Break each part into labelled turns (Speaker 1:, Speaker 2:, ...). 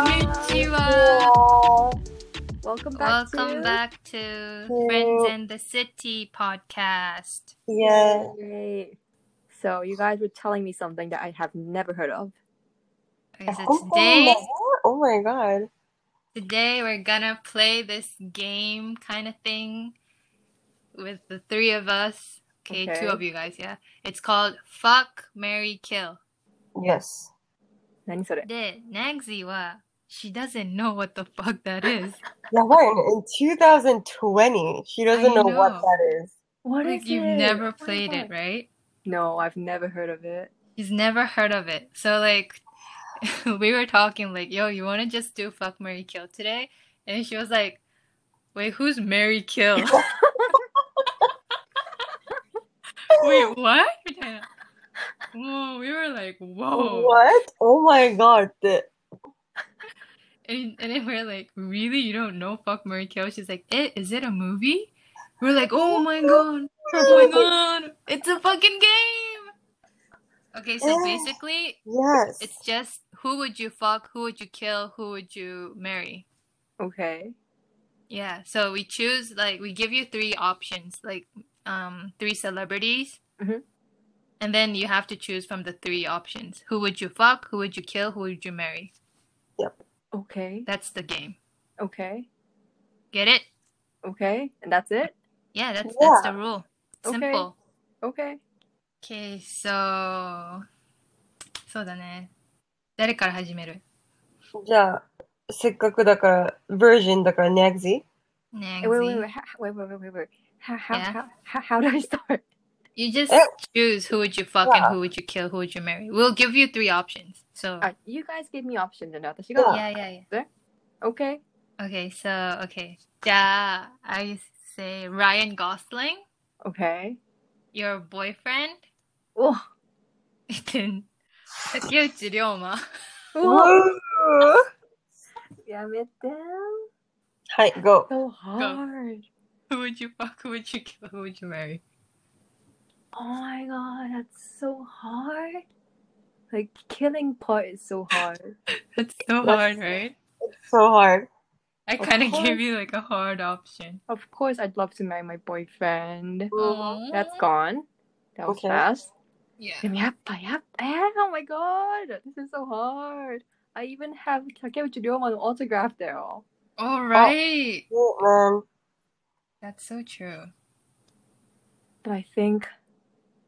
Speaker 1: Konnichiwa.
Speaker 2: Welcome back.
Speaker 1: Welcome
Speaker 2: to-
Speaker 1: back to Friends in the City podcast.
Speaker 3: Yeah.
Speaker 2: Yay. So you guys were telling me something that I have never heard of.
Speaker 1: Okay, so
Speaker 3: Oh,
Speaker 1: today,
Speaker 3: what? Oh my god.
Speaker 1: today we're gonna play this game kind of thing with the three of us. Okay,
Speaker 2: Okay.
Speaker 1: two of you guys, yeah. It's called Fuck, Mary Kill.
Speaker 3: Yes.
Speaker 2: 何それ
Speaker 1: で、Nagsy は she doesn't know what the fuck that is.
Speaker 3: Yeah, what? In 2020, she doesn't
Speaker 1: I
Speaker 3: know, what
Speaker 1: know.
Speaker 3: that is.
Speaker 2: What
Speaker 1: like you've never played it, right?
Speaker 2: No, I've never heard of it.
Speaker 1: He's never heard of it. So like we were talking like, yo, you wanna just do fuck Mary Kill today? And she was like, Wait, who's Mary Kill? Wait, what? みたいな。もう we were like, whoa.
Speaker 3: What? Oh my god. The-
Speaker 1: And, and then we're like, really? You don't know fuck Mary Kill? She's like, it is it a movie? We're like, oh my god. Oh my god. It's a fucking game. Okay, so
Speaker 3: Yeah.
Speaker 1: basically
Speaker 3: Yes.
Speaker 1: It's just who would you fuck, who would you kill, who would you marry?
Speaker 2: Okay.
Speaker 1: Yeah, so we choose like we give you three options, like um three celebrities.
Speaker 2: Mhm.
Speaker 1: And then you have to choose from the three options. Who would you fuck, who would you kill, who would you marry?
Speaker 2: Okay.
Speaker 1: That's the game.
Speaker 2: Okay.
Speaker 1: Get it?
Speaker 2: Okay. And that's it?
Speaker 1: Yeah, that's
Speaker 3: Yeah.
Speaker 1: that's the rule.
Speaker 2: Okay.
Speaker 1: Simple.
Speaker 2: Okay.
Speaker 1: Okay, so そうだね。誰から始める
Speaker 3: じゃあ、せっかくだから、virgin だから、ネグジ
Speaker 1: Next.
Speaker 2: Wait, wait, wait, wait, ha- wait, wait, wait, wait, wait. How, how,
Speaker 1: Yeah.
Speaker 2: how, how, how do I start?
Speaker 1: You just
Speaker 3: Eh.
Speaker 1: choose who would you fuck
Speaker 3: Yeah.
Speaker 1: and who would you kill, who would you marry. We'll give you three options. So
Speaker 2: Uh, you guys gave me options and私
Speaker 3: Yeah.
Speaker 2: が、
Speaker 1: yeah, yeah, yeah.
Speaker 2: Okay.
Speaker 1: Okay, so okay. Yeah, I say Ryan Gosling,
Speaker 2: Okay. Oh.
Speaker 1: your boyfriend.
Speaker 2: お
Speaker 1: Then Takeuchi Ryoma.
Speaker 2: お
Speaker 3: は
Speaker 2: やめて。
Speaker 3: い、go.
Speaker 2: So hard.
Speaker 1: Who would you fuck? Who would you kill? Who would you marry?
Speaker 2: Oh my god, that's so hard. Like killing part is so hard.
Speaker 1: That's so hard, right?
Speaker 3: So hard.
Speaker 1: I
Speaker 2: Of
Speaker 1: kind of
Speaker 2: course.
Speaker 1: gave you like a hard option.
Speaker 2: of course, I'd love to marry my boyfriend.
Speaker 1: Aw.
Speaker 2: That's gone. That was
Speaker 3: Okay.
Speaker 2: fast.
Speaker 1: Yeah.
Speaker 2: And yep, yep. Yeah, oh my god, this is so hard. I even have Takeuchi Ryoma autograph there. Oh.
Speaker 1: All right.
Speaker 3: Yeah, man.
Speaker 1: That's so true.
Speaker 2: But I think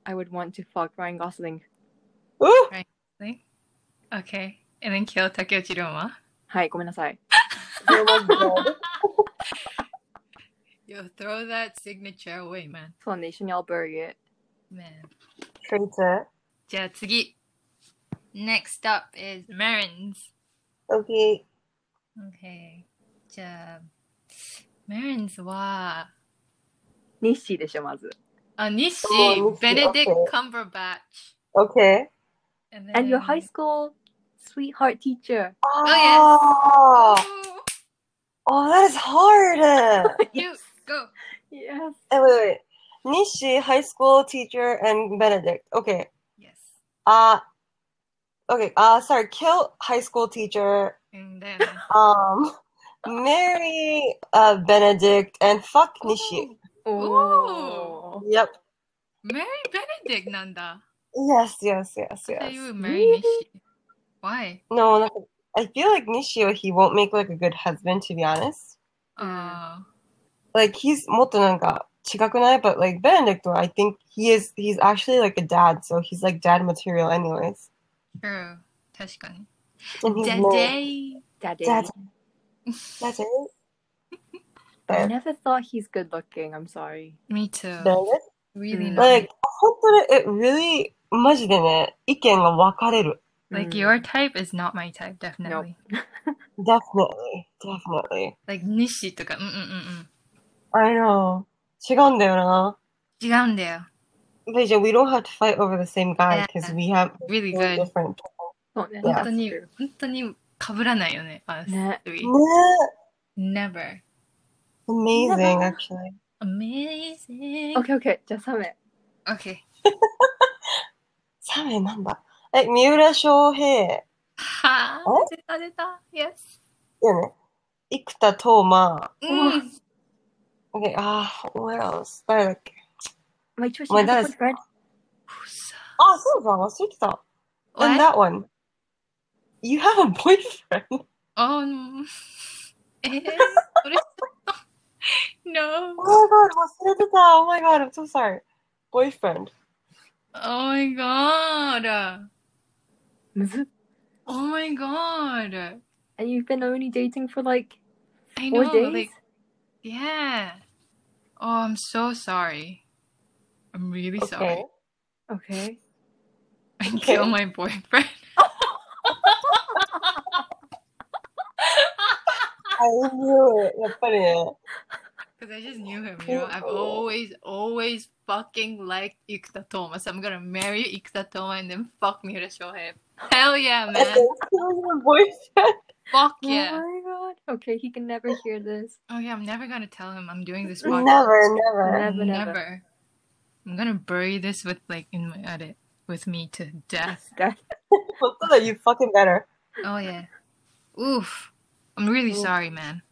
Speaker 2: I would want to fuck Ryan Gosling.
Speaker 3: Ooh, Oh
Speaker 1: Okay. And then kill Takeuchi Ryoma.
Speaker 2: はい、ごめんなさい。
Speaker 3: so much blood.
Speaker 1: Yo, throw that signature away, man.
Speaker 2: そうね、一緒に I'll bury it.
Speaker 1: Man.
Speaker 3: Traitor.
Speaker 1: じゃあ次。Next up is Marin's.
Speaker 3: Okay.
Speaker 1: Okay. じゃあ、Marin's は、
Speaker 2: ニッシーでしょ、まず。
Speaker 1: あ、ニッシ
Speaker 3: お
Speaker 1: ー、
Speaker 3: ー
Speaker 1: Benedict
Speaker 3: Oh, okay.
Speaker 1: Cumberbatch.
Speaker 3: Okay.
Speaker 1: And,
Speaker 2: And your high
Speaker 1: then-
Speaker 2: school sweetheart teacher.
Speaker 1: yes.
Speaker 3: Oh,
Speaker 1: Ooh,
Speaker 3: oh, that is hard.
Speaker 1: You, go.
Speaker 2: Yes.
Speaker 3: Eh, wait, wait. Nishi, high school teacher, and Benedict. Okay.
Speaker 1: Yes.
Speaker 3: Uh okay, uh sorry, kill high school teacher,
Speaker 1: And then,
Speaker 3: um marry uh Benedict and fuck Nishi.
Speaker 1: Ooh,
Speaker 2: おー
Speaker 3: Yep.
Speaker 1: Mary Benedict なんだ。
Speaker 3: Yes, yes, yes,
Speaker 1: Yes.
Speaker 3: yes.
Speaker 1: You would marry Nishi. Why?
Speaker 3: No, no, I feel like Nishio, he won't make like a good husband to be honest.
Speaker 1: あ
Speaker 3: Like he's もっとなんか違くない? But like Benedict, I think he is he's actually like a dad, so he's like dad material anyways.
Speaker 1: あ、true. 確かに。
Speaker 3: And he's
Speaker 1: じゃあ、
Speaker 3: married.
Speaker 2: Daddy.
Speaker 1: Daddy.
Speaker 3: Daddy. That's it.
Speaker 2: I never thought he's good looking. I'm sorry.
Speaker 1: Me too.
Speaker 3: Benedict?
Speaker 1: Really
Speaker 2: Mm.
Speaker 1: not.
Speaker 3: Mm-hmm. Like, 本当に、え、really? マジでね、意見が分かれる。
Speaker 1: Like
Speaker 2: Mm.
Speaker 1: your type is not my type, definitely.
Speaker 3: Definitely. Definitely.
Speaker 1: Like 西とか、うんうんうんうん。
Speaker 3: I know. 違うんだよな。
Speaker 1: 違うんだよ。
Speaker 3: But yeah, we don't have to fight over the same guy because we have
Speaker 1: Really
Speaker 3: so
Speaker 1: good.
Speaker 3: different.
Speaker 2: そうね。
Speaker 3: Yeah.
Speaker 1: 本当に、本当に被らないよね。Us
Speaker 2: ね
Speaker 3: ね
Speaker 1: three. Never.
Speaker 3: Amazing, actually.
Speaker 1: Amazing.
Speaker 2: OK, OK. じゃあサメ。
Speaker 1: Okay.
Speaker 3: サメなんだえ、三浦翔平。
Speaker 1: は
Speaker 3: お
Speaker 1: あ、出た出た。Yes.
Speaker 3: だよね。生田斗真。
Speaker 1: Mm.
Speaker 3: Okay, ah, what else? 誰だっけ
Speaker 2: My choice.
Speaker 3: Wait, that is-
Speaker 2: friend.
Speaker 3: あ、そうだ、忘れてた。And
Speaker 1: What?
Speaker 3: that one. You have a boyfriend.
Speaker 1: Oh, no. Eh, what is No.
Speaker 3: Oh my god, 忘れてた。Oh my god, I'm so sorry. Boyfriend.
Speaker 1: Oh my god.
Speaker 2: Mzu-
Speaker 1: Oh my god.
Speaker 2: And you've been only dating for like
Speaker 1: I
Speaker 2: four
Speaker 1: know.
Speaker 2: days.
Speaker 1: Like, yeah. Oh, I'm so sorry. I'm really sorry.
Speaker 2: Okay.
Speaker 3: Okay.
Speaker 1: I
Speaker 3: Okay.
Speaker 1: killed my boyfriend.
Speaker 3: I knew it. やっぱりね。
Speaker 1: Because I just knew him, you know. I've always, always fucking liked Ikuta Toma. So I'm gonna marry Ikuta Toma and then fuck Mira Shohei. Hell yeah,
Speaker 3: And then
Speaker 1: man.
Speaker 3: killing your boyfriend.
Speaker 1: fuck yeah.
Speaker 2: Oh my god. Okay, he can never hear this.
Speaker 1: Oh yeah, I'm never gonna tell him I'm doing this podcast.
Speaker 3: Never, never.
Speaker 2: Never, never.
Speaker 1: I'm gonna bury this with like in my edit with me to death.
Speaker 2: That-
Speaker 3: But so that you fucking better.
Speaker 1: Oh yeah. Oof. I'm really
Speaker 3: Oof.
Speaker 1: sorry, man.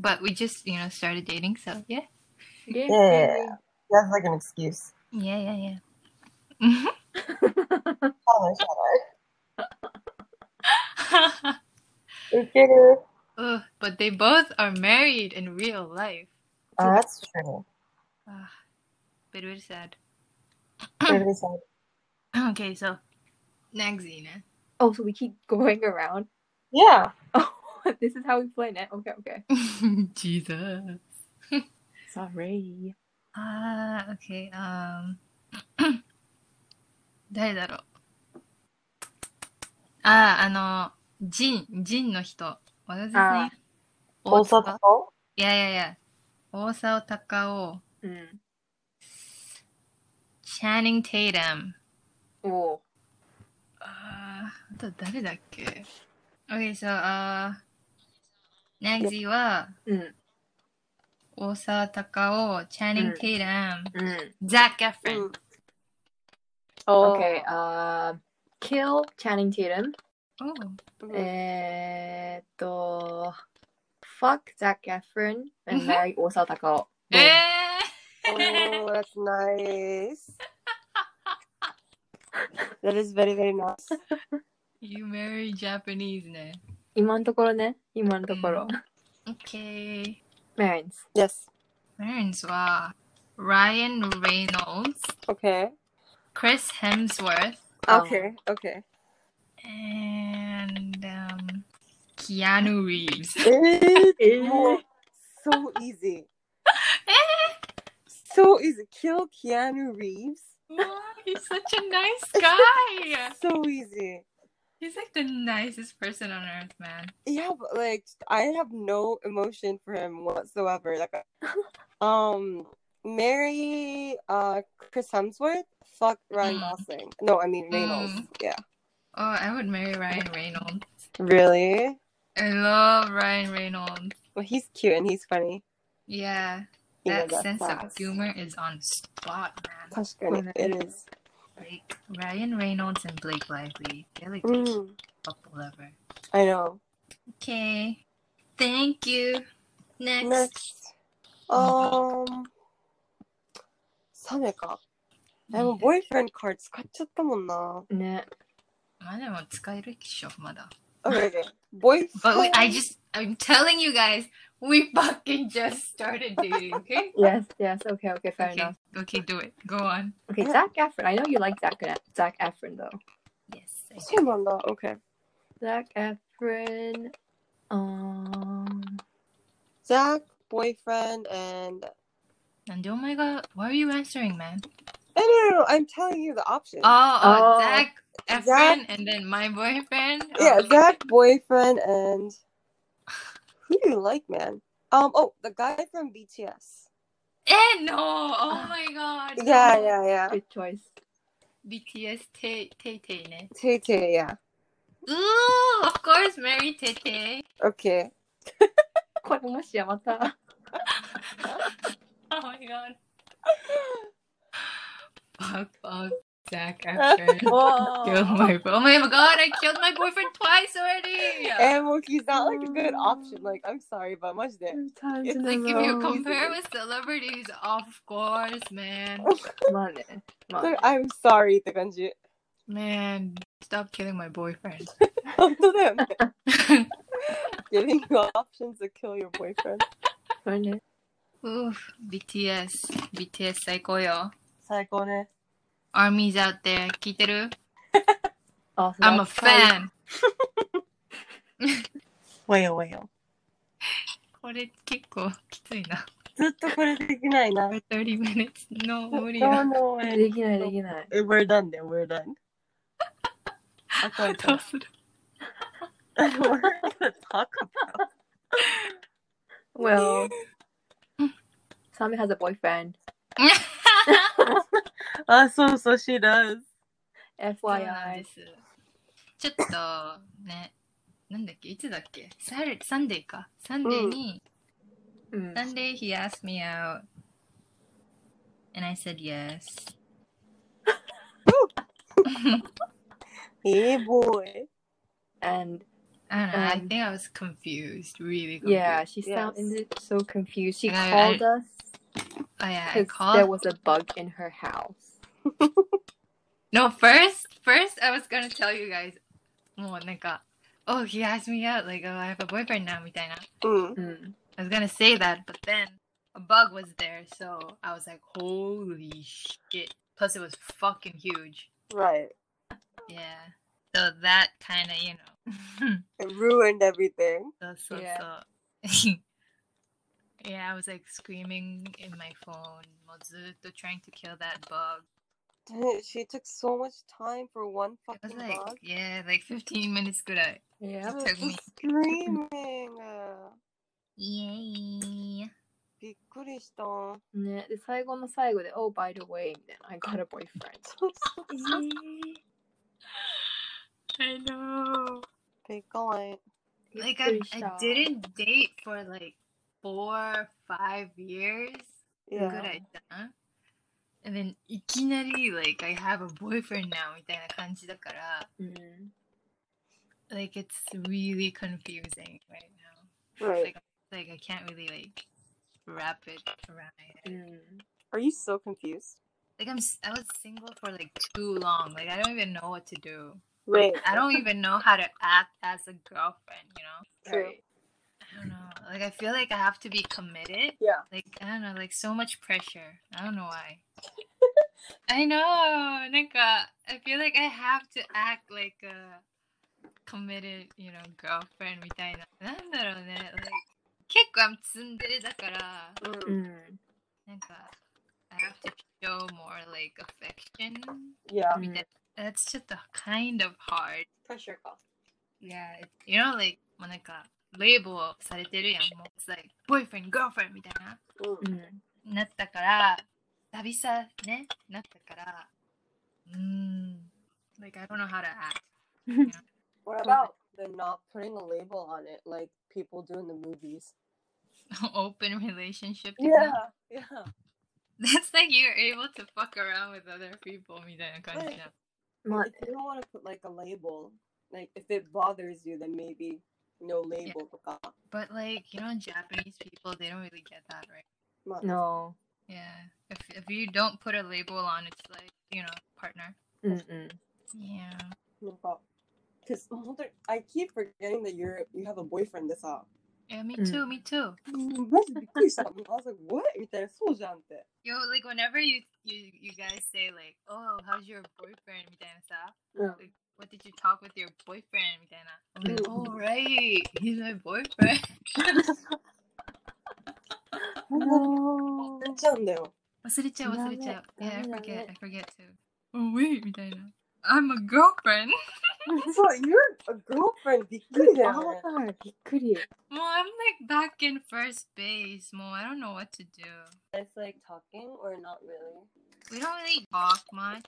Speaker 1: But we just, you know, started dating, so yeah.
Speaker 2: yeah.
Speaker 3: Yeah. That's like an excuse.
Speaker 1: Yeah, yeah, yeah. Mhm.
Speaker 3: Oh, shut up. 受ける。
Speaker 1: Ugh, but they both are married in real life.
Speaker 3: Ah, that's true.
Speaker 1: Ah, but we're sad.
Speaker 3: Really sad.
Speaker 1: Okay, so next, Zina.
Speaker 2: Oh, so we keep going around.
Speaker 3: Yeah.
Speaker 2: Oh, this is how we play it. Okay, okay.
Speaker 1: Jesus.
Speaker 2: Sorry.
Speaker 1: Ah, okay. Um, 誰だろう。ああ、あの、ジン、ジンの人。What is his
Speaker 2: あ
Speaker 1: name?
Speaker 3: 大
Speaker 1: Ah. 大
Speaker 3: 阪
Speaker 1: 阪。いやいやいや。大沢たかお、
Speaker 2: Mm.
Speaker 1: Channing Tatum。
Speaker 2: Oh.
Speaker 1: あーあと誰だっけ ?Okay, so, あー、ネグジは、
Speaker 2: Mm.
Speaker 1: 大沢たかお、Channing
Speaker 2: うん
Speaker 1: Tatum、
Speaker 2: Mm.
Speaker 1: Zac Efron。
Speaker 3: Oh.
Speaker 2: Okay. Um. Kill Channing Tatum.
Speaker 1: Oh, Mm.
Speaker 2: えーっと Fuck Zac Efron
Speaker 1: Mm-hmm.
Speaker 2: and marry 大沢 Takao.
Speaker 1: ええ
Speaker 3: Oh, that's nice. That is very, very nice.
Speaker 1: You marry Japanese ね。
Speaker 2: 今のところね、今のところ。
Speaker 1: Mm. Okay.
Speaker 2: メレンス。
Speaker 3: Yes.
Speaker 1: Parents は Ryan Reynolds、
Speaker 3: Okay.
Speaker 1: Chris Hemsworth、
Speaker 3: Okay. Okay.
Speaker 1: and、um, Keanu Reeves.
Speaker 3: It's
Speaker 1: Eh.
Speaker 2: も
Speaker 3: more- so
Speaker 1: Eh.
Speaker 3: easy. So easy. Kill Keanu Reeves.
Speaker 1: He's such a nice guy.
Speaker 3: So easy.
Speaker 1: He's like the nicest person on earth, man.
Speaker 3: Yeah, but like I have no emotion for him whatsoever. Like, um, marry uh Chris Hemsworth, fuck Ryan
Speaker 1: Mm.
Speaker 3: Gosling. No, I mean Reynolds.
Speaker 1: Mm.
Speaker 3: Yeah.
Speaker 1: Oh, I would marry Ryan Reynolds.
Speaker 3: Really?
Speaker 1: I love Ryan Reynolds.
Speaker 3: Well, he's cute and he's funny.
Speaker 1: Yeah,
Speaker 3: He
Speaker 1: that
Speaker 3: knows
Speaker 1: sense of
Speaker 3: fast.
Speaker 1: humor is on spot, man.
Speaker 3: Gosh, goodness, it is.
Speaker 1: Like Ryan Reynolds and Blake Lively, they're like the cute
Speaker 3: Mm,
Speaker 1: couple ever.
Speaker 3: I know.
Speaker 1: Okay. Thank you. Next.
Speaker 3: Next, um, Sameka. I have a boyfriend card. 使っちゃったもんな.
Speaker 2: ね。
Speaker 1: まあでも使えるっしょ、まだ。
Speaker 3: Okay, okay.
Speaker 1: But we,
Speaker 3: Boyfriend.
Speaker 1: I just, I'm telling you guys, we fucking just started dating, okay?
Speaker 2: Yes, yes. Okay, okay. Fair
Speaker 1: okay.
Speaker 2: enough.
Speaker 1: Okay, do it. Go on.
Speaker 2: Okay, Zac Efron. I know you like Zac, Zac Efron though.
Speaker 1: Yes. I do.
Speaker 3: そうなんだ. Okay.
Speaker 2: Zac Efron. Um.
Speaker 3: Zach, boyfriend, and
Speaker 1: なんでお前が、why oh are you answering, man?
Speaker 3: No, no, no, no. I'm telling you the options.
Speaker 1: Oh, oh,
Speaker 2: Oh.
Speaker 1: Zach, Efren, and then my boyfriend.
Speaker 3: uh,
Speaker 1: Oh,
Speaker 3: yeah,
Speaker 1: Okay.
Speaker 3: Zach, boyfriend, and who do you like, man? Um, oh, the guy from BTS.
Speaker 1: Eh, no! Oh my god.
Speaker 3: Yeah, yeah, yeah.
Speaker 2: Good choice.
Speaker 1: BTS, Tay, Tay Tay ね。
Speaker 3: Tay Tay, yeah.
Speaker 1: Ooh, of course, Mary Tay Tay.
Speaker 3: Okay.
Speaker 2: これもしやまた。
Speaker 1: Oh my god. Fuck, fuck. Zach after
Speaker 2: Whoa.
Speaker 1: killed my oh my god I killed my boyfriend twice already.
Speaker 3: And Wookiee's not like a
Speaker 1: Mm.
Speaker 3: good option. Like, I'm sorry, but much there.
Speaker 2: Two times
Speaker 3: It's
Speaker 2: in
Speaker 1: Like
Speaker 2: a
Speaker 1: if
Speaker 2: row.
Speaker 1: you compare with celebrities, of course, man,
Speaker 2: まあね。まあね
Speaker 3: I'm sorry って感 じ。
Speaker 1: man, stop killing my boyfriend.
Speaker 3: 本当だよね。Giving you options to kill your boyfriend.
Speaker 2: まあね。
Speaker 1: Oof, BTS, BTS 最高よ。
Speaker 3: 最高ね。
Speaker 1: Army's out there, 聞いてる
Speaker 2: あ、そう
Speaker 1: I'm a fan.
Speaker 3: Way away よ。
Speaker 1: これ結構きついな。
Speaker 3: ずっとこれできないな。
Speaker 1: 30 minutes? No, 無理や。
Speaker 3: No
Speaker 2: できないでき ない。
Speaker 3: We're done だよ、We're done. あとは
Speaker 1: どう する
Speaker 3: We're gonna talk
Speaker 2: Well, Sammy has a boyfriend.
Speaker 3: about- あ、そうそう、she does.
Speaker 1: そうなんで
Speaker 2: FYI.
Speaker 1: す。ちょっとね、なんだっけ、いつだっけサルサンデーか。サンデーに、
Speaker 2: うん。
Speaker 1: サンデー he asked me out. And I said yes.
Speaker 3: えー、ボーイ。
Speaker 2: And
Speaker 1: I don't know, I
Speaker 2: Um,
Speaker 1: think I was confused, really confused.
Speaker 2: yeah, she
Speaker 3: Yes.
Speaker 2: sounded so confused. She
Speaker 1: And I-
Speaker 2: called
Speaker 1: I-
Speaker 2: us
Speaker 1: Oh yeah, I
Speaker 2: because there
Speaker 1: called.
Speaker 2: was a bug in her house.
Speaker 1: No, first, first I was gonna tell you guys, もうなんか、oh he asked me out, like oh I have a boyfriend now みたいな。
Speaker 3: うん。
Speaker 2: Mm.
Speaker 1: I was gonna say that, but then a bug was there, so I was like, holy shit. Plus it was fucking huge.
Speaker 3: Right.
Speaker 1: Yeah. So that kind of, you know.
Speaker 3: It ruined everything.
Speaker 1: so, so,
Speaker 2: Yeah.
Speaker 1: so. yeah, I was like screaming in my phone, もうずっと trying to kill that bug.
Speaker 3: She took so much time for one
Speaker 1: It was
Speaker 3: fucking
Speaker 1: like,
Speaker 3: dog.
Speaker 1: yeah, like 15 minutes ぐらい。
Speaker 2: Yeah.
Speaker 1: It took me.
Speaker 3: Screaming.
Speaker 1: イエーイ。
Speaker 3: びっくりした。
Speaker 2: ね、で最後の最後で、Oh, by the way, みたいな I got a boyfriend.
Speaker 3: そうそう。
Speaker 1: I know.
Speaker 3: びっくり。
Speaker 1: Like I,
Speaker 2: びっくりし
Speaker 1: I
Speaker 2: た
Speaker 1: didn't date for like four, five years.
Speaker 3: Yeah.
Speaker 1: ぐらいだな。And then いきなり like I have a boyfriend now みたいな感じだから、
Speaker 2: うん。
Speaker 1: like it's really confusing right now.
Speaker 3: Right.
Speaker 1: Like I can't really like wrap it around my
Speaker 2: う
Speaker 1: head.
Speaker 2: ん。
Speaker 3: Are you so confused?
Speaker 1: Like I'm s- I was single for like too long. Like I don't even know what to do.
Speaker 3: Right.
Speaker 1: I don't even know how to act as a girlfriend, you know?
Speaker 3: True.
Speaker 1: I don't know. Like I feel like I have to be committed.
Speaker 3: Yeah.
Speaker 1: Like I don't know, like so much pressure. I don't know why. I know. Like uh, I feel like I have to act like a committed, you know, girlfriend みたいな。なんだろうね。Like 結構 I'm ツンデレだから、
Speaker 2: う
Speaker 3: Mm.
Speaker 2: ん。
Speaker 1: なんか I have to show more like affection.
Speaker 3: Yeah.
Speaker 2: うん
Speaker 1: That's just a kind of hard.
Speaker 3: Pressure cost.
Speaker 1: Yeah, it- you know, like もうなんかレイボーされてるやん。もう it's like boyfriend, girlfriend みたいな。
Speaker 3: Mm.
Speaker 2: うん。
Speaker 1: なったから、久々ね、なったから、うーん、like I don't know how to act.
Speaker 3: What about the not putting a label on it like people do in the movies?
Speaker 1: Open relationship.
Speaker 3: Yeah.
Speaker 1: That's like you're able to fuck around with other people みたいな感じじゃん。
Speaker 2: まあ
Speaker 3: If you don't want to put like a label, like if it bothers you, then maybe no label. Yeah.
Speaker 1: But like, you know, Japanese people, they don't really get that, right?
Speaker 2: No.
Speaker 1: Yeah. If, if you don't put a label on, it's like, you know, partner.
Speaker 2: うんうん。
Speaker 1: Yeah.
Speaker 3: Because I keep forgetting that you're you have a boyfriend. That's all.
Speaker 1: Yeah, me
Speaker 2: Mm.
Speaker 1: too, me too.
Speaker 3: マジびっくりした。I was like, what? みたいな、そうじゃんって。
Speaker 1: Yo, like whenever you you, you guys say like, oh, how's your boyfriend? みたいなさ。like what did you talk with your boyfriend みたいな。I'm like, oh right, he's my boyfriend.
Speaker 2: No.
Speaker 3: なっちゃうんだよ。
Speaker 1: 忘れちゃう忘れちゃう。
Speaker 2: ダメ
Speaker 1: Yeah, I
Speaker 2: ダメ
Speaker 1: forget, I forget too. Oh wait みたいな。I'm a girlfriend.
Speaker 3: そう、you're a girlfriend びっくりだ
Speaker 2: あ
Speaker 3: よね。
Speaker 2: あ、びっくり。
Speaker 1: もう I'm like back in first base. もう I don't know what to do.
Speaker 3: It's like talking or not really.
Speaker 1: We don't really talk much.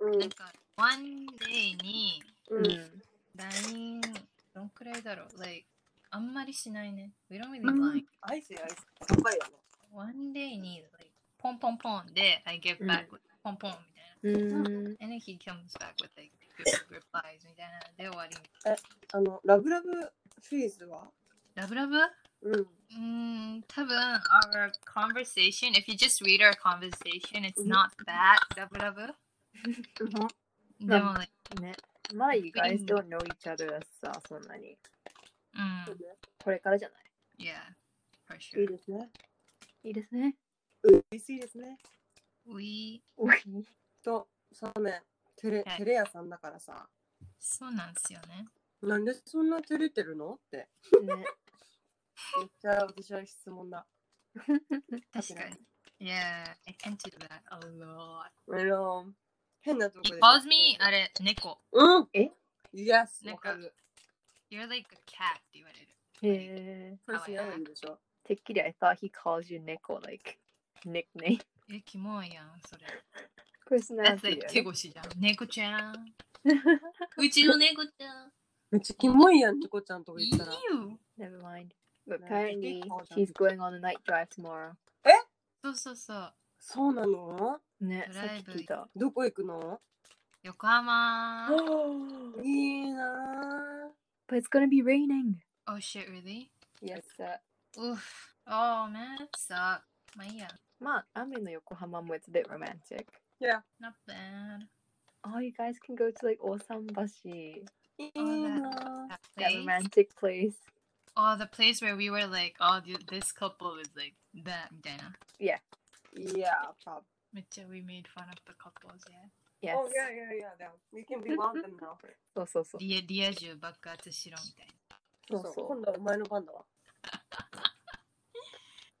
Speaker 3: う
Speaker 1: なんか one day に
Speaker 2: う。
Speaker 3: うん
Speaker 1: Hmm. LINE どんくらいだろう Like あんまりしないね。We don't really
Speaker 2: うん
Speaker 1: like
Speaker 3: アイスやアイス。やばいよね。
Speaker 1: one day に like ポンポンポンで I get back ポンポンみたいな。
Speaker 2: うん。
Speaker 1: And then he comes back with like good replies みたいなので終わり。
Speaker 3: あの、ラブラブフリーズは
Speaker 1: ラブラブ
Speaker 3: うん。
Speaker 1: Mm, 多分 our conversation, if you just read our conversation, it's not that ラブラブ。でも、like,
Speaker 2: ね。まだ you guys don't know each other さ、そんなに。
Speaker 1: うん、
Speaker 2: これからじゃない
Speaker 1: mm, yeah, for
Speaker 3: いい
Speaker 1: sure.
Speaker 3: ですね。
Speaker 2: いいですね。
Speaker 3: 美味しいですね。
Speaker 1: We
Speaker 3: と、そうね、テレ
Speaker 1: はい
Speaker 3: テレ屋さんだからさ、
Speaker 1: そうなんですよね。
Speaker 3: なんでそんな照れてるのって
Speaker 2: ね。
Speaker 3: めっちゃ私は質問だ。
Speaker 1: 確かに。Yeah, I tend to do that a lot.
Speaker 3: あの、変なとこ
Speaker 1: He
Speaker 3: で。
Speaker 1: calls me あれ猫。
Speaker 3: うん
Speaker 2: え
Speaker 3: ?Yes!
Speaker 1: なん
Speaker 3: わ
Speaker 1: か
Speaker 3: かる。
Speaker 1: You're like a cat って言われる。
Speaker 2: へえ。
Speaker 3: それ知らないんでしょ
Speaker 2: てっきり I thought he calls you Neko, like nickname.
Speaker 1: え、キモいやん、それ。That's
Speaker 2: Personality.
Speaker 1: like 手越しじゃん。猫ちゃん。うちの猫ちゃん。
Speaker 3: めっちゃキモいやん、チコちゃんとこ
Speaker 1: いい
Speaker 3: 行ったら。
Speaker 1: よ。
Speaker 2: Never mind. But
Speaker 3: No,
Speaker 2: apparently,
Speaker 3: Neko じゃん
Speaker 2: he's going on a night drive tomorrow.
Speaker 1: そうそうそう。
Speaker 3: そうなの
Speaker 2: ね、
Speaker 1: ド
Speaker 2: さ
Speaker 1: ライ
Speaker 2: っき
Speaker 1: ブ
Speaker 2: 聞いた。
Speaker 3: どこ行くの
Speaker 1: 横浜。
Speaker 3: いいな
Speaker 2: But it's gonna be raining.
Speaker 1: Oh shit, really?
Speaker 3: ぁ。Yes, sir.
Speaker 1: Oof. Oh man, that sucks. まあいいや。
Speaker 2: まあ、雨の横浜も it's a bit romantic.
Speaker 1: Not bad.
Speaker 2: Oh, you guys can go to like 大桟橋
Speaker 3: いい
Speaker 1: Oh,
Speaker 3: な
Speaker 1: That
Speaker 2: That
Speaker 1: place.
Speaker 2: romantic place.
Speaker 1: Oh, the place where we were like, oh, dude, this couple is like that みたいな。
Speaker 3: ぁ。Yeah, prob.
Speaker 1: めっちゃ we made fun of the couples, yeah.
Speaker 2: Yes.
Speaker 3: Oh, yeah, yeah, yeah. then We can be one of them now.
Speaker 2: そうそうそう。
Speaker 1: ディア、ディア充爆発しろみたいな。
Speaker 2: そうそう
Speaker 3: 今度はお前の番 だわ。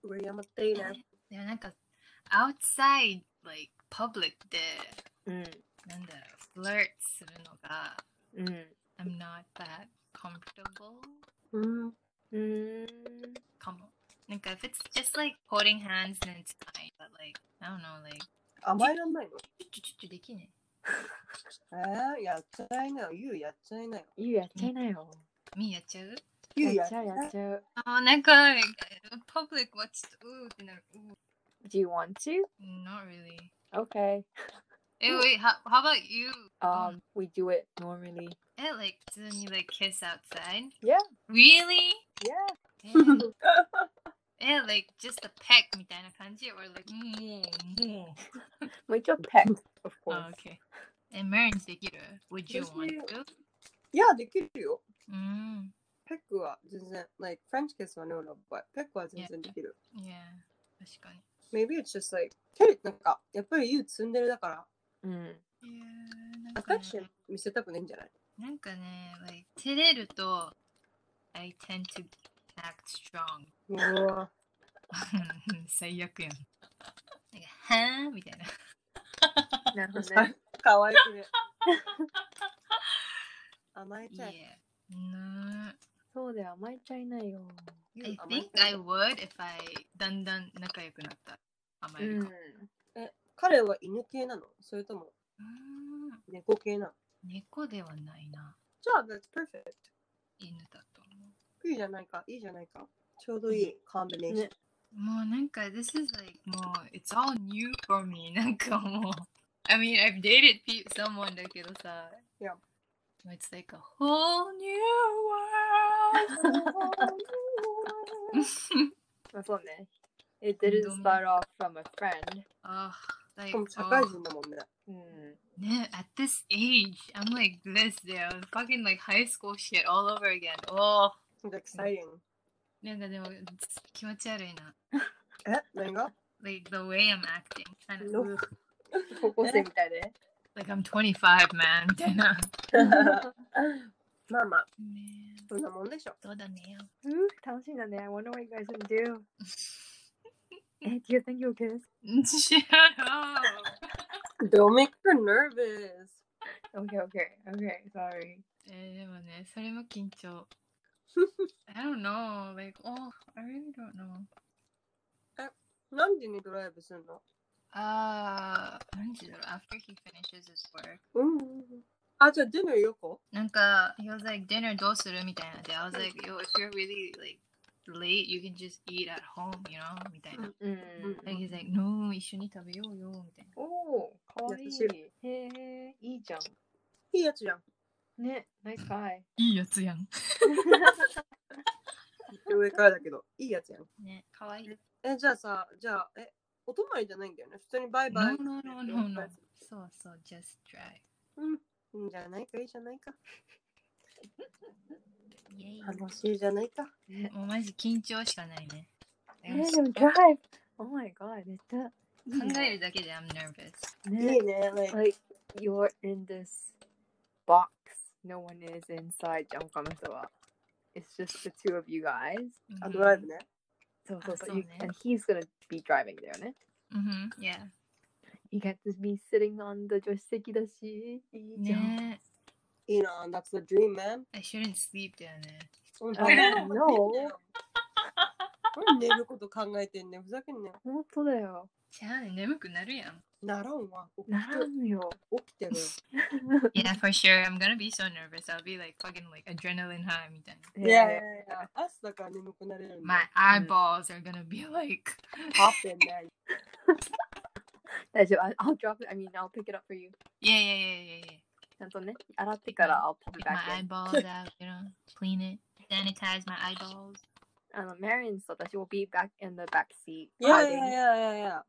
Speaker 3: 上山っていいね。
Speaker 1: でもなんか、outside, like, public で、
Speaker 2: うん。
Speaker 1: なんだろう、flirt するのが、
Speaker 2: うん。
Speaker 1: I'm not that comfortable
Speaker 3: うん。
Speaker 2: うん。
Speaker 1: かも。なんか、if it's just like holding hands, then it's fine. But like, I don't know, like,
Speaker 3: 甘えらんないの
Speaker 1: ちょちょちょちょできね
Speaker 3: えー、やっちゃいなよ。ゆうやっちゃいなよ。
Speaker 2: ゆうやっちゃいなよ。
Speaker 1: え。みーやっちゃう
Speaker 3: ゆ
Speaker 2: や
Speaker 3: うや
Speaker 2: っ
Speaker 3: っ
Speaker 2: ち
Speaker 3: ち
Speaker 2: ゃ
Speaker 3: ゃ
Speaker 2: う
Speaker 3: い
Speaker 2: や
Speaker 3: な
Speaker 2: っちゃう。
Speaker 1: あーなんか、パブリックはちょっと、うーってなる。う
Speaker 2: Do you want to?
Speaker 1: ー not really.
Speaker 2: Okay.
Speaker 1: え、wait, how, how about you?
Speaker 2: Um, we do it normally.
Speaker 1: え、like, 普通に like kiss outside?
Speaker 2: Yeah.
Speaker 1: Really?
Speaker 2: Yeah.
Speaker 1: え、like, just a peck みたいな感じ or like, もう、もう。
Speaker 2: もう一応 peck, of
Speaker 1: あ
Speaker 2: course.
Speaker 1: okay. え、マリンできる ?Would you
Speaker 3: 私
Speaker 1: want to?
Speaker 3: いや、できるよ。
Speaker 1: うん。
Speaker 3: ペックは全然、like, French kiss は no, no, but ペックは全然できる。
Speaker 1: いや、確かに。
Speaker 3: Maybe it's just like, 手でなんか、やっぱりゆうツンデレだから、
Speaker 2: うん。
Speaker 1: いや、なん
Speaker 3: ア
Speaker 1: か
Speaker 3: カ
Speaker 1: ね
Speaker 3: チン見せたくないんじゃない
Speaker 1: なんかね、like, 照れると、I tend to act strong.
Speaker 3: うわ
Speaker 1: 最悪やん。なんか、はぁみたいな。
Speaker 2: なるほど ね。
Speaker 3: ぁ。 かわいくね。甘えちゃい。
Speaker 1: Yeah. No.
Speaker 2: そうだよ、甘えちゃいないよ。
Speaker 3: ゆう
Speaker 1: I
Speaker 3: 甘え
Speaker 1: think
Speaker 3: ちゃい
Speaker 1: I would if I だんだん仲良くなった。甘えるか。
Speaker 3: え、彼は犬系なのそれとも
Speaker 1: うーん
Speaker 3: 猫系なの
Speaker 1: 猫ではないな。
Speaker 3: じゃあ、that's perfect.
Speaker 1: 犬だと思
Speaker 3: いいじゃないか、いいじゃないか。ちょうどいいコンビネーション
Speaker 2: ね。
Speaker 1: う。もうなんか、this is like もう、it's all new for me. なんかもう。I mean, I've dated pe- someone だけどさ。
Speaker 3: Yeah.
Speaker 1: It's like a whole new world.
Speaker 2: まあそうね。It didn't start off from a friend.
Speaker 1: あ、oh,
Speaker 3: し
Speaker 1: like,
Speaker 3: かも社会人だもんね。
Speaker 2: うん。
Speaker 1: ね at this age, I'm like this, dude. Fucking like high school shit all over again. Oh.
Speaker 3: なんか exciting。
Speaker 1: なんかでも気持ち悪いな。
Speaker 3: え、何が
Speaker 1: Like the way I'm acting. Kind of,
Speaker 3: Nope.
Speaker 1: ugh.
Speaker 2: 高校生みたいで。
Speaker 1: like I'm 25, man. みたいな。
Speaker 3: まあまあ、
Speaker 1: ね
Speaker 3: そんなもんでしょ。
Speaker 1: そうだね。
Speaker 2: Ooh, 楽しいんだね。I wonder what you guys would do. Eh, do you think you'll kiss?
Speaker 1: Shut up.
Speaker 3: Don't make her nervous.
Speaker 2: Okay, okay, okay, sorry.
Speaker 1: えーでもね、それも緊 張。I don't know. Like, oh, I really don't know.
Speaker 3: 何時にドライブするの
Speaker 1: ああ、何時だろう After he finishes his work.
Speaker 3: うん。あ、じゃあ、ディナーよこ
Speaker 1: なんか、he was like, dinner どうするみたいな。で、I was like, yo, if you're really like late, you can just eat at home, you know? みたいな。
Speaker 2: うん。Mm.
Speaker 1: Like, he's like, no, 一緒に食べようよ、みたいな。
Speaker 2: おお、かわいい
Speaker 3: 優し。
Speaker 2: じゃん。
Speaker 3: いいやつじゃん。
Speaker 2: ね、ナイスバイ。
Speaker 1: いいやつやん。
Speaker 3: 上からだけど、いいやつやん。
Speaker 1: ね、かわいい。
Speaker 3: え、じゃあさ、じゃあ、え、お泊まりじゃないんだよね。普通にバイバイ。
Speaker 1: No, no, no, no, no. そうそう、just try.
Speaker 3: うん。じゃないか、いいじゃないか。
Speaker 1: イェ
Speaker 3: 楽しいじゃないか。
Speaker 1: イ。もうマジ緊張しかないね。
Speaker 2: えー、でもドライブ。Oh my god, めっちゃ。
Speaker 1: 考えるだけで I'm nervous.
Speaker 3: い
Speaker 2: ね。
Speaker 3: いね。like
Speaker 2: Like, you're in this box. No one is inside じゃん、他の人は。It's just the two of you guys.
Speaker 1: Mm-hmm.
Speaker 3: あドライブね。
Speaker 2: そうそう
Speaker 1: あ
Speaker 2: そ。
Speaker 1: そうう
Speaker 2: You,
Speaker 1: ね
Speaker 2: and he's gonna be driving だよね。
Speaker 1: うん。うん。Yeah. Mm-hmm.
Speaker 2: You get to be sitting on the 助手席だし、いいじゃん。
Speaker 1: ね
Speaker 3: いいな、that's the dream, man.
Speaker 1: I shouldn't sleep だよね。
Speaker 3: うん
Speaker 2: あ no
Speaker 3: なんで寝ること考えてんねんふざけんなよ。
Speaker 2: 本当だよ。
Speaker 1: じゃあね、眠くなるやん。
Speaker 3: ならんわ。起きて
Speaker 2: ならんよ。
Speaker 3: 起きてるよ。
Speaker 1: Yeah, for sure. I'm gonna be so nervous. I'll be like fucking like adrenaline high みたいな。
Speaker 3: いやいやいや、朝だから眠くなれるんだ
Speaker 1: My eyeballs are gonna be like.
Speaker 3: パッペンだよ。
Speaker 2: 大丈夫。I- I'll drop it. I mean, I'll pick it up for you.
Speaker 1: Yeah, yeah, yeah, yeah, yeah.
Speaker 2: ちゃんとね、洗ってから I'll pop it
Speaker 1: Get
Speaker 2: back
Speaker 1: my
Speaker 2: in.
Speaker 1: eyeballs out, you know, clean it, sanitize my eyeballs.
Speaker 2: あの、Marion um, said that she will be back in the back seat.
Speaker 3: いやい
Speaker 2: hiding.
Speaker 3: やいやいやいや。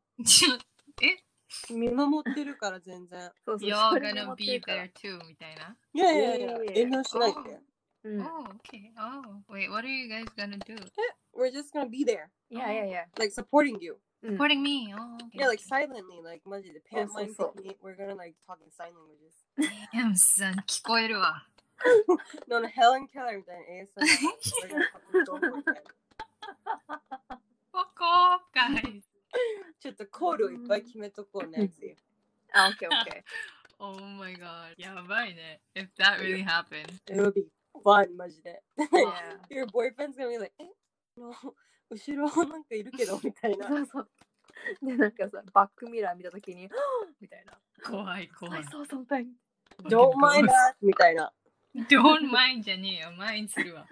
Speaker 3: 見守ってるから全然。
Speaker 2: そうそう。
Speaker 1: You're
Speaker 2: それで持
Speaker 1: gonna
Speaker 2: って
Speaker 1: be
Speaker 2: るから
Speaker 1: there too みたいな。
Speaker 3: いやいやいや
Speaker 2: いやいやい、や
Speaker 3: 遠慮しないって。
Speaker 2: うん。
Speaker 3: Mm.
Speaker 1: Oh, okay. Oh, wait, what are you guys gonna do?
Speaker 3: We're just gonna be there,
Speaker 2: いやいやい や。
Speaker 3: like supporting you.
Speaker 2: うん
Speaker 1: Supporting me. Oh, okay.
Speaker 3: Yeah, like silently, like マジでパンマイ
Speaker 2: そうそう
Speaker 3: 的に We're gonna like talk in sign languages.
Speaker 1: Damn, son, 聞こえるわ。
Speaker 3: No, no, Helen Keller みたいな ASMR. We're gonna fucking go for it.
Speaker 1: わかーかい。
Speaker 3: ちょっとコールをいっぱい決めと こうね。次
Speaker 2: あ、OK、OK。
Speaker 1: Oh my god. やばいね。If eh? that really happened.
Speaker 3: It'll be fun, マジで。
Speaker 2: Yeah.
Speaker 3: Your boyfriend's gonna be like, "Eh, えあ の後ろなんかいるけ どみたいな。
Speaker 2: そう そう。で、なんかさ、バックミラー見たと きに、みたいな。
Speaker 1: 怖い怖
Speaker 2: I
Speaker 1: い。
Speaker 2: saw something.
Speaker 3: Don't mind us みたいな。
Speaker 1: Don't mind じゃねえよ。mind す るわ。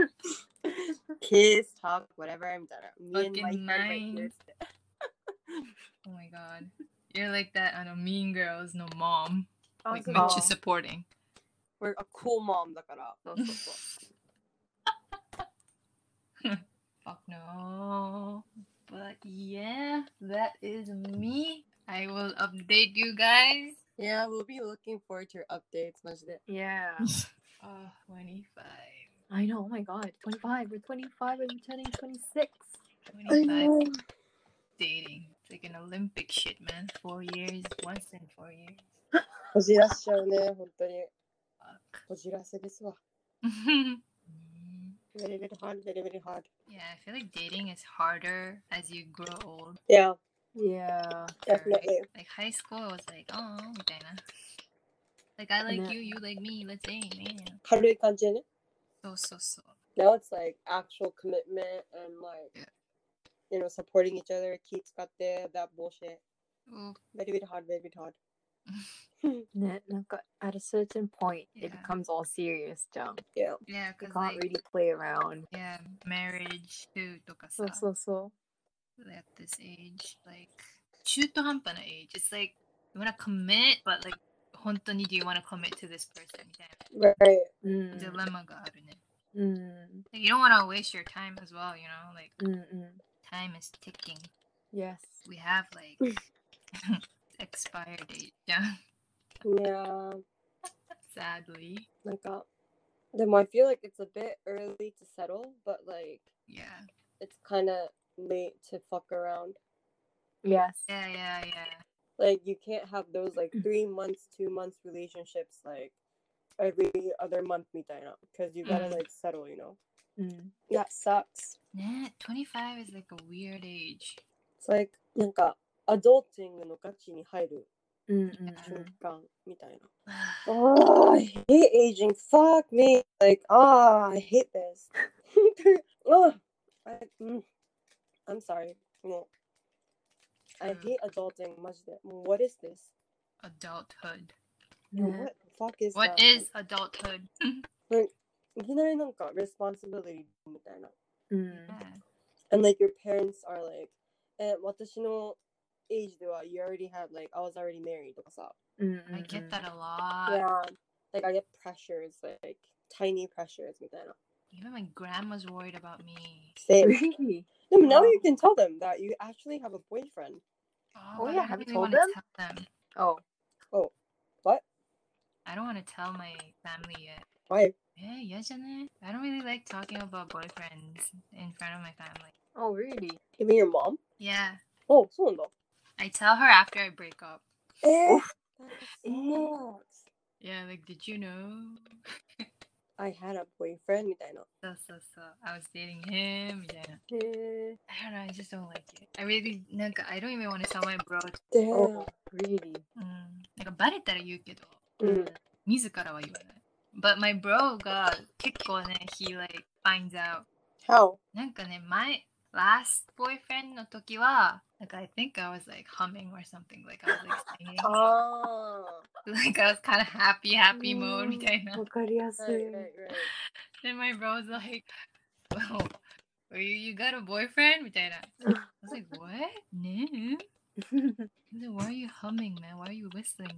Speaker 3: Kiss, talk, whatever みたいな。
Speaker 1: Fucking
Speaker 3: friend right here っ
Speaker 1: mind.
Speaker 3: つって
Speaker 1: Oh my god. You're like that あの Mean Girls の mom.
Speaker 2: あ
Speaker 1: Like
Speaker 2: そ
Speaker 1: め
Speaker 2: う
Speaker 1: っちゃ supporting.
Speaker 3: We're a cool mom だから。
Speaker 2: そうそうそう。
Speaker 1: Fuck no. But yeah, that is me. I will update you guys.
Speaker 3: Yeah, we'll be looking forward to your updates マジで。
Speaker 2: Yeah.
Speaker 1: Oh, 25.
Speaker 2: I know. Oh my god. 25. We're 25 and we're turning 26.
Speaker 1: 25 dating. It's like an Olympic shit, man. Four years, once in four years.
Speaker 3: こじらしちゃうね、本当に。
Speaker 1: Fuck.
Speaker 3: こじらせですわ。
Speaker 1: Mm.
Speaker 3: Very, very hard, very, very hard.
Speaker 1: yeah, I feel like dating is harder as you grow old.
Speaker 3: Yeah,
Speaker 2: Yeah.
Speaker 3: definitely.
Speaker 1: Like high school was like, oh, みたいな。Like I like
Speaker 2: Yeah.
Speaker 1: you, you like me, let's date, man.
Speaker 3: 軽い感じでね。
Speaker 1: So so so.
Speaker 3: Now it's like actual commitment and like,
Speaker 1: Yeah.
Speaker 3: you know, supporting each other, 気使って、that bullshit.
Speaker 1: Ooh,
Speaker 3: Very, very hard, very, very hard.
Speaker 2: ね、なんか、at a certain point, it
Speaker 1: Yeah.
Speaker 2: becomes all serious じゃん。
Speaker 3: Yeah.
Speaker 1: yeah,
Speaker 2: You
Speaker 1: cause
Speaker 2: can't
Speaker 1: like
Speaker 2: really play around.
Speaker 1: yeah, marriage too とかさ
Speaker 2: そうそうそう。
Speaker 1: at this age, like 中途半端な age. It's like you wanna commit, but like 本当に do you wanna commit to this person みたい
Speaker 3: Right.
Speaker 2: うん。
Speaker 1: な dilemma があるね。
Speaker 2: うん。
Speaker 1: Like, you don't wanna waste your time as well, you know? Like
Speaker 2: うんう
Speaker 1: time is ticking.
Speaker 2: ん。Yes.
Speaker 1: We have like expire date じゃん
Speaker 3: Yeah.
Speaker 1: Sadly.
Speaker 3: なんか、でも I feel like it's a bit early to settle, but like,
Speaker 1: Yeah.
Speaker 3: it's kind of late to fuck around.
Speaker 2: Yes.
Speaker 1: Yeah, yeah, yeah.
Speaker 3: like you can't have those like three months two months relationships like every other month みたいな because you gotta
Speaker 1: Mm.
Speaker 3: like settle you know
Speaker 2: うん。
Speaker 3: that sucks
Speaker 1: Nah, 25 is like a weird age.
Speaker 3: it's like なんかアドルティングのガチに入る
Speaker 2: うんうんうん。
Speaker 3: 瞬間みたいな
Speaker 1: yeah,
Speaker 3: oh I hate aging fuck me like ah I hate this oh, I, mm, I'm sorry もう I
Speaker 1: True.
Speaker 3: hate adulting マジでもう what is this
Speaker 1: Adulthood.
Speaker 3: もう
Speaker 2: ね
Speaker 3: what the fuck is
Speaker 1: Mm. What
Speaker 3: that?
Speaker 1: is adulthood?
Speaker 3: いきなりなんか responsibility みたいな。
Speaker 2: うん。
Speaker 1: Yeah.
Speaker 3: And like your parents are like, え、私の age では you already had like I was already married とかさ。
Speaker 1: I
Speaker 2: Mm-hmm.
Speaker 1: get that a lot.
Speaker 3: Yeah. Like I get pressures like tiny pressures みたいな。
Speaker 1: Even my grandma's worried about me.
Speaker 3: Same.
Speaker 2: Really?
Speaker 3: No, but now
Speaker 2: Wow.
Speaker 3: you can tell them that you actually have a boyfriend.
Speaker 1: Oh, but
Speaker 2: Oh, yeah,
Speaker 1: I
Speaker 2: have
Speaker 1: don't
Speaker 2: you
Speaker 1: really
Speaker 2: told
Speaker 1: wanna
Speaker 2: them?
Speaker 1: tell them.
Speaker 2: Oh,
Speaker 3: What?
Speaker 1: I don't want to tell my family yet.
Speaker 3: Why?
Speaker 1: Yeah, yeah, Janet. I don't really like talking about boyfriends in front of my family.
Speaker 2: oh, really?
Speaker 3: You mean your mom?
Speaker 1: Yeah,
Speaker 3: Oh, そうなんだ。
Speaker 1: I tell her after I break up.
Speaker 3: えー
Speaker 2: Oof.
Speaker 3: sucks.
Speaker 1: Yeah, like, did you know?
Speaker 3: I had a boyfriend みたいな。
Speaker 1: So, so, so. I was dating him. Yeah.
Speaker 2: へえ。
Speaker 1: I don't know. I just don't like it. I really, like, I don't even want to tell my bro.
Speaker 3: Damn.
Speaker 2: Oh, really?
Speaker 1: Mm, like, バレたら言うけど、
Speaker 3: うん
Speaker 1: 自らは言わない。But my bro が結構ね、he like finds out.
Speaker 3: How?
Speaker 1: なんかね、my last boyfriend の時は、like I think I was like humming or something. Like I was like singing.
Speaker 3: Oh. あ
Speaker 1: like I was kind of happy, happy mode
Speaker 2: うん
Speaker 1: みたいな
Speaker 2: わ。かりや
Speaker 3: あ。
Speaker 2: す
Speaker 3: はい
Speaker 2: い。
Speaker 3: はいはい。
Speaker 1: Then my bro was like, well, are you, you got a boyfriend? みたいな。I was like, what? ねえ。He's like, why are you humming, man? Why are you whistling? 確かに。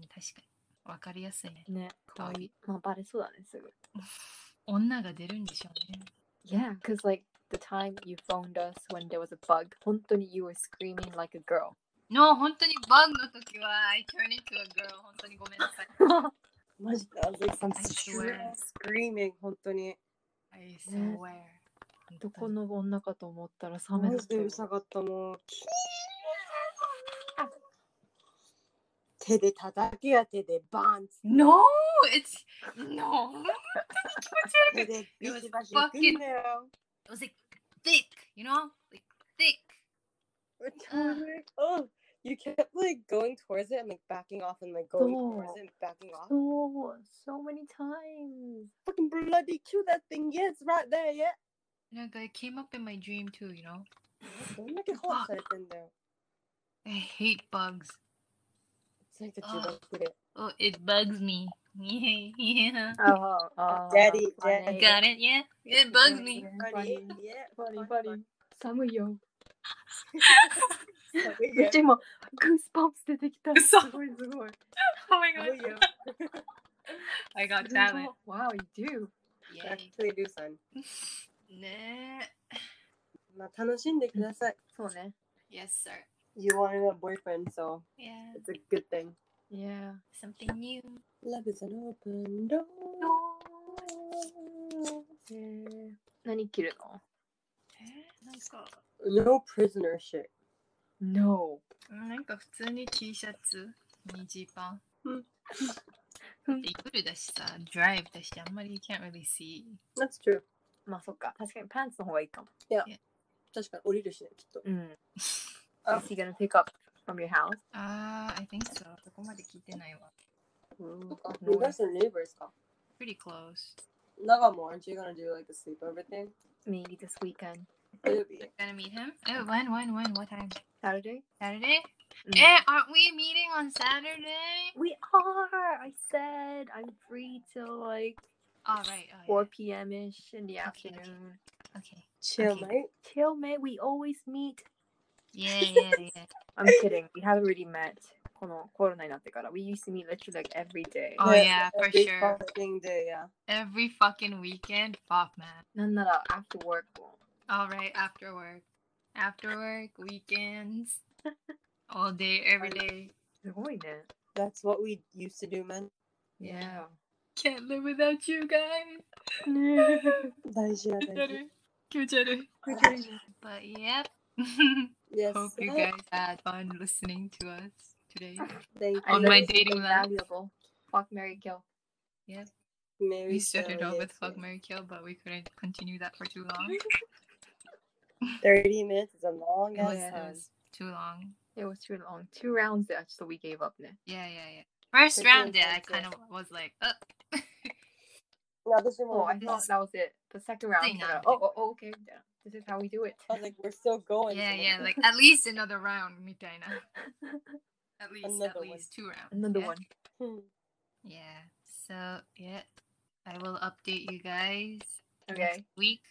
Speaker 1: わかりやすいね。
Speaker 2: ね、
Speaker 1: 可愛い。
Speaker 2: まあ、バレそうだね、すぐ。
Speaker 1: 女が出るんでしょうね。
Speaker 2: Yeah, because like the time you phoned us when there was a bug, 本当に you were screaming like a girl.
Speaker 1: の本当にバグの時は I turn into a girl 本当にごめんなさい。
Speaker 3: マジで、I was like some
Speaker 1: I swear.
Speaker 3: screaming、本当に。
Speaker 1: I swear.
Speaker 2: どこの女かと思ったらサメだ
Speaker 3: マ
Speaker 2: っ
Speaker 3: ジ
Speaker 2: た
Speaker 3: で
Speaker 2: よ
Speaker 3: うる。さかったもん。Ah. 手で叩きや手でバーン
Speaker 1: No, it's no.
Speaker 3: 手でビシバシ行くんだよ。
Speaker 1: It was like thick, you know, like thick.
Speaker 3: Totally. Oh, you kept like going towards it and like backing off and like going towards it and backing off.
Speaker 2: そう、so many times.
Speaker 3: Fucking bloody kill that thing. Yeah, it's right there. Yeah.
Speaker 1: Like it came up in my dream too, you know.
Speaker 3: Don't make it hot
Speaker 1: Fuck.
Speaker 3: side in there.
Speaker 1: I hate bugs.
Speaker 3: It's like the
Speaker 1: Ah.
Speaker 3: Judas did it.
Speaker 1: Oh, it bugs me. Yeah, yeah.
Speaker 2: ああ
Speaker 3: Daddy,
Speaker 1: You
Speaker 3: daddy.
Speaker 1: got it? Yeah, it bugs me.
Speaker 2: oh,
Speaker 3: Funny.
Speaker 2: Funny.
Speaker 3: Yeah.
Speaker 2: バリ
Speaker 3: fuck,
Speaker 2: バリ。寒いよ。
Speaker 3: fuck.
Speaker 2: めっちゃ今、グースパンプス出てきた。
Speaker 1: 嘘
Speaker 2: すごいすごい。
Speaker 1: Oh my
Speaker 3: Oh, yeah.
Speaker 1: I got
Speaker 2: すごい
Speaker 1: talent.
Speaker 2: Wow, you do.
Speaker 3: You
Speaker 1: Yay.
Speaker 3: Actually, do son.
Speaker 1: ね
Speaker 3: まあ楽しんでください。
Speaker 2: そうね。
Speaker 1: え Yes, sir.
Speaker 3: You wanted a boyfriend, so
Speaker 1: Yeah,
Speaker 3: it's a good thing.
Speaker 2: Yeah.
Speaker 1: something new.
Speaker 3: Love is an open door.
Speaker 2: えー、何着るの
Speaker 1: えなんか、
Speaker 3: No prisoner shit.
Speaker 2: ?No.
Speaker 1: うんなんか普通に T シャツにジーパン。
Speaker 3: うん
Speaker 2: うん
Speaker 1: で夜だしさ、ドライブだし、あんまり you can't really see.
Speaker 3: That's true.
Speaker 2: まあそっか。確かにパンツの方がいいかも。
Speaker 3: 確かに降りるしね、きっと。
Speaker 2: うん。
Speaker 3: あ
Speaker 2: Oh. Is he gonna pick up from your house?
Speaker 1: ああ、I Uh, think so. そこまで聞いてないわ。
Speaker 3: そっか
Speaker 2: No
Speaker 3: You guys are neighbors か。
Speaker 1: Pretty close.
Speaker 3: Nagamo, aren't you gonna do like a sleepover thing?
Speaker 2: Maybe this weekend.
Speaker 3: Maybe.
Speaker 1: Gonna meet him? Oh, when, when, when? What time?
Speaker 2: Saturday?
Speaker 1: Saturday?
Speaker 2: うん
Speaker 1: Eh, aren't we meeting on Saturday?
Speaker 2: We are! I said I'm free till like
Speaker 1: All right. Oh,
Speaker 2: 4 p.m. ish in the
Speaker 1: Okay, okay.
Speaker 2: afternoon.
Speaker 1: yeah. Okay.
Speaker 3: Chill,
Speaker 1: Okay.
Speaker 3: mate.
Speaker 2: Till May, we always meet.
Speaker 1: Yeah, yeah, yeah.
Speaker 2: I'm kidding. We haven't really met. このコロナになってから。We used to meet literally like every day.
Speaker 1: Oh, yeah, for
Speaker 3: every
Speaker 1: sure.
Speaker 3: fucking day, yeah.
Speaker 1: Every fucking weekend. Fuck, man.
Speaker 2: なんなら after work も。
Speaker 1: All right, after work. After work, weekends, all day, every day.
Speaker 2: すごいね。
Speaker 3: That's what we used to do, man.
Speaker 1: Yeah. Can't live without you guys.
Speaker 2: ね
Speaker 3: 大事や、大事。
Speaker 1: Kyojaro.
Speaker 2: え。
Speaker 1: But yep.
Speaker 3: Yes.
Speaker 1: Hope you
Speaker 3: sir.
Speaker 1: guys had fun listening to us today.
Speaker 3: Thank
Speaker 2: I
Speaker 1: On
Speaker 2: know
Speaker 1: my
Speaker 2: this is
Speaker 1: dating life.
Speaker 2: invaluable. Fuck Mary Kill.
Speaker 1: Yep.
Speaker 3: you. Mary
Speaker 1: We started
Speaker 3: Sally
Speaker 1: off with
Speaker 3: is
Speaker 1: Fuck
Speaker 3: here.
Speaker 1: Mary Kill, but we couldn't continue that for too long.
Speaker 3: 30 minutes is a long
Speaker 1: It was,
Speaker 3: ass
Speaker 1: it
Speaker 3: time.
Speaker 1: was too long.
Speaker 2: It was too long. Two rounds there, so we gave up. Ne.
Speaker 1: Yeah, yeah, yeah. First
Speaker 3: This
Speaker 1: round,
Speaker 3: is
Speaker 1: yeah, I
Speaker 3: like
Speaker 1: kind of was like, uh,
Speaker 3: いや私
Speaker 2: Oh,
Speaker 3: も、
Speaker 2: I thought that was it. The second round.
Speaker 1: Thing
Speaker 2: we were like,
Speaker 1: now.
Speaker 2: oh, oh, okay. yeah, This is how we do it.
Speaker 3: I was like, we're still going.
Speaker 1: yeah,
Speaker 3: so-
Speaker 1: yeah, like at least another round, mitaina. At least,
Speaker 3: Another
Speaker 1: at
Speaker 3: one.
Speaker 1: least two rounds.
Speaker 2: Another
Speaker 1: yeah?
Speaker 2: one.
Speaker 3: Hmm.
Speaker 1: Yeah. So yeah, I will update you guys next
Speaker 2: Okay.
Speaker 1: week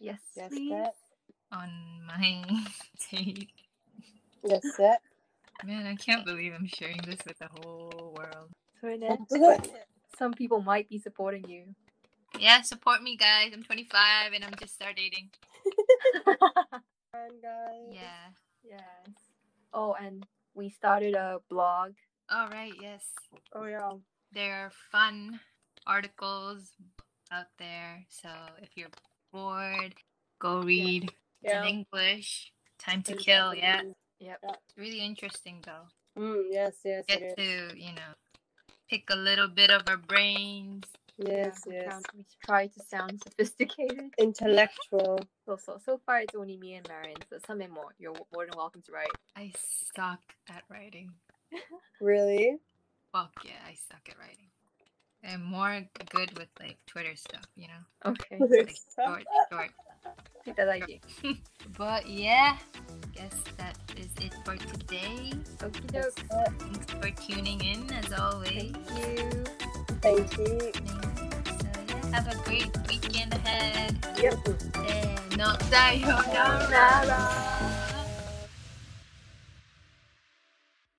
Speaker 2: Yes.
Speaker 3: Yes,
Speaker 2: please.
Speaker 3: that.
Speaker 1: on my date.
Speaker 3: Yes, that.
Speaker 1: Man, I can't believe I'm sharing this with the whole world.
Speaker 2: それね
Speaker 3: 本、当だよね
Speaker 2: some people might be supporting you.
Speaker 1: Yeah, support me, guys. I'm 25 and I'm just start dating.
Speaker 3: Fun, guys.
Speaker 1: Yeah.
Speaker 2: yes. Oh, and we started a blog.
Speaker 1: All right. Yes,
Speaker 3: Oh yeah.
Speaker 1: there are fun articles out there. So if you're bored, go read. It's in English. Time to kill. Yeah,
Speaker 2: Yep.
Speaker 1: it's really interesting though.
Speaker 3: Mm, yes, yes, it
Speaker 1: Get
Speaker 3: is.
Speaker 1: to you know pick a little bit of our brains.
Speaker 3: Yes,
Speaker 2: we,
Speaker 3: yes.
Speaker 2: sound- we try to sound sophisticated.
Speaker 3: Intellectual.
Speaker 2: So, so, so far it's only me and Marin, so something more. You're more than welcome to write.
Speaker 1: I suck at writing.
Speaker 3: Really?
Speaker 1: Fuck yeah, I suck at writing. I'm more good with like Twitter stuff, you know,
Speaker 2: Okay.
Speaker 1: like short, short
Speaker 2: Take that idea.
Speaker 1: But yeah, guess that is it for today.
Speaker 2: Okie doke.
Speaker 1: Thanks for tuning in as always.
Speaker 2: Thank you.
Speaker 3: Thank you.
Speaker 1: So yeah, have a great weekend ahead.
Speaker 3: Yep.
Speaker 1: And not die,
Speaker 2: Sayonara.